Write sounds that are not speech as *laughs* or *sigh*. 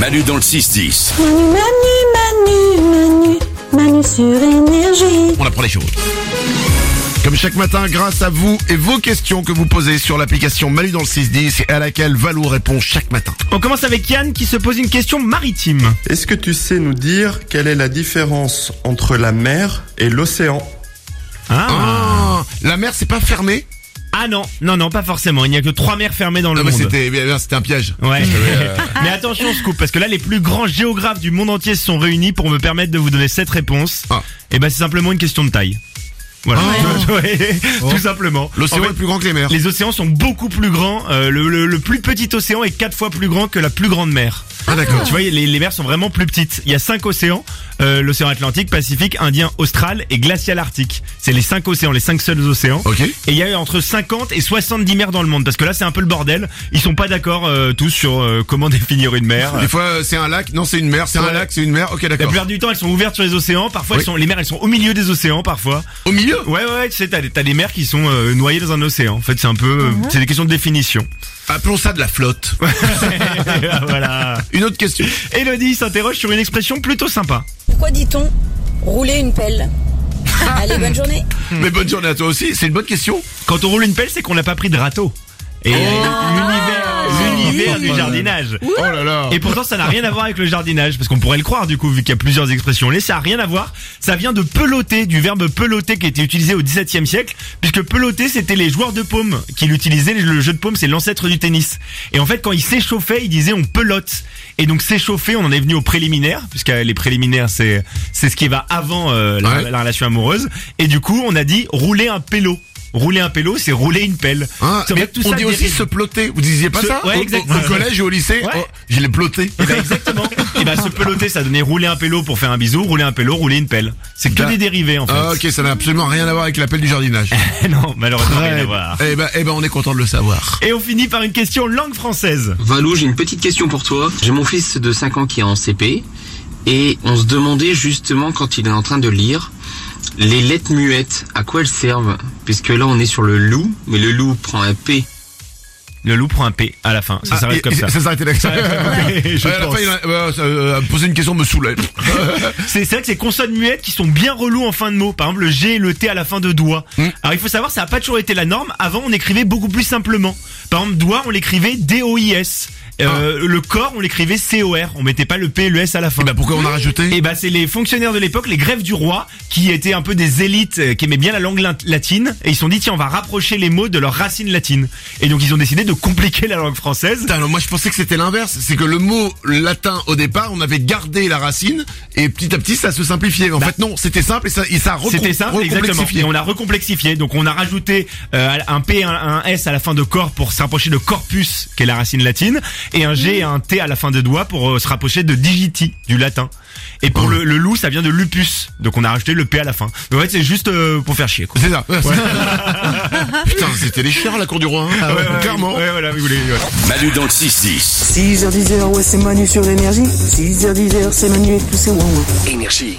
Manu dans le 6-10. Manu, Manu, Manu, Manu sur énergie. On apprend les choses. Comme chaque matin, grâce à vous et vos questions que vous posez sur l'application Malu dans le 610 et à laquelle Valou répond chaque matin. On commence avec Yann qui se pose une question maritime. Est-ce que tu sais nous dire quelle est la différence entre la mer et l'océan Ah, Ah, la mer, c'est pas fermée Ah non, non, non, pas forcément. Il n'y a que trois mers fermées dans le Non, mais monde. c'était eh bien, c'était un piège. *laughs* Ouais. *laughs* Mais attention, Scoop, parce que là, les plus grands géographes du monde entier se sont réunis pour me permettre de vous donner cette réponse. Ah. Et ben, c'est simplement une question de taille. Voilà. *laughs* Ouais, Tout simplement. Oh. L'océan En fait, est plus grand que les mers. les océans sont beaucoup plus grands. euh, le, le- le plus petit océan est quatre fois plus grand que la plus grande mer. Ah d'accord. Tu vois, les, les mers sont vraiment plus petites. Il y a cinq océans euh, l'océan Atlantique, Pacifique, Indien, Austral et glacial Arctique. C'est les cinq océans, les cinq seuls océans. Ok. Et il y a eu entre 50 et 70 mers dans le monde parce que là c'est un peu le bordel. Ils sont pas d'accord euh, tous sur euh, comment *laughs* définir une mer. Des fois, euh, c'est un lac. Non, c'est une mer. C'est un Ouais. lac, c'est une mer. Ok, La d'accord. plupart du temps, elles sont ouvertes sur les océans. Parfois, Oui. elles sont, les mers, elles sont au milieu des océans. Parfois, Au milieu ouais, ouais, ouais, tu sais, t'as des, t'as des mers qui sont euh, noyées dans un océan. En fait, c'est un peu, euh, Mhm. c'est des questions *laughs* de définition. *laughs* Appelons ça de la flotte. voilà. Une autre question. Elodie s'interroge sur une expression plutôt sympa. Pourquoi dit-on rouler une pelle Allez, bonne journée Hmm. Mais bonne journée à toi aussi. C'est une bonne question. Quand on roule une pelle, c'est qu'on n'a pas pris de râteau. Et euh, l'univers, l'univers du jardinage. Oh là là. Et pourtant, ça n'a rien à voir avec le jardinage, parce qu'on pourrait le croire, du coup, vu qu'il y a plusieurs expressions. Là, ça n'a rien à voir. Ça vient de peloter, du verbe peloter qui était utilisé au XVIIe siècle, puisque peloter, c'était les joueurs de paume qui l'utilisaient. Le jeu de paume, c'est l'ancêtre du tennis. Et en fait, quand ils s'échauffaient, ils disaient on pelote. Et donc, s'échauffer, on en est venu aux préliminaires, puisque les préliminaires, c'est, c'est ce qui va avant euh, la, Ouais. la relation amoureuse. Et du coup, on a dit rouler un pélo. Rouler un pélo, c'est rouler une pelle. Hein, C'est en mais fait, tout on ça dit aussi dérive. se ploter. Vous disiez pas Se- ça ouais, Au- au- exactement. au, collège et au lycée Ouais. oh, Je l'ai ploté. Eh ben, exactement. Et bah se peloter, ça donnait rouler un pélo pour faire un bisou, rouler un pélo, rouler une pelle. C'est que Bah. des dérivés en fait. Ah, ok, ça n'a absolument rien à voir avec l'appel du jardinage. *laughs* non, malheureusement *laughs* rien à Ouais. voir. Eh ben, eh ben, on est content de le savoir. Et on finit par une question langue française. Valou, j'ai une petite question pour toi. J'ai mon fils de 5 ans qui est en CP et on se demandait justement quand il est en train de lire les lettres muettes, à quoi elles servent Puisque là on est sur le loup, mais le loup prend un P. Le loup prend un P à la fin. Ça Ah, s'arrête et- comme ça. Ça s'arrêtait là. Je *laughs* Ouais, à la pense. Ah. fin, il a- euh, ça, euh, poser une question me saoulait. C'est c'est vrai que c'est consonnes muettes qui sont bien relous en fin de mot. Par exemple, le G et le T à la fin de doigt. Hmm. Alors il faut savoir, ça n'a pas toujours été la norme. Avant, on écrivait beaucoup plus simplement. Par exemple, doigt, on l'écrivait D-O-I-S. Ah. Euh, Le corps, on l'écrivait C-O-R. On mettait pas le P et le S à la fin. Et bah pourquoi on a rajouté Et bah c'est les fonctionnaires de l'époque, les grèves du roi, qui étaient un peu des élites, euh, qui aimaient bien la langue lin- latine, et ils se sont dit tiens on va rapprocher les mots de leurs racines latines. Et donc ils ont décidé de compliquer la langue française. Putain, alors moi je pensais que c'était l'inverse, c'est que le mot latin au départ, on avait gardé la racine et petit à petit ça se simplifiait. En fait non, c'était simple et ça, et ça a recom- Bah. C'était simple, exactement. recomplexifié. Et on a recomplexifié. Donc on a rajouté euh, un P, un, un S à la fin de corps pour se rapprocher de corpus, qui est la racine latine, et un G et un T à la fin de doigt pour euh, se rapprocher de digiti, du latin. Et pour le, le loup, ça vient de lupus. Donc on a rajouté le P à la fin. Donc en fait c'est juste euh, pour faire chier. Quoi. C'est ça. *laughs* Putain, c'était les chiens à la cour du roi, hein. clairement. Ah Ouais, voilà, vous voulez, ouais. Manu dans le 6-10. 6h10, ouais, c'est Manu sur énergie. 6h10, c'est Manu et tous ses ouin-ouin. Énergie.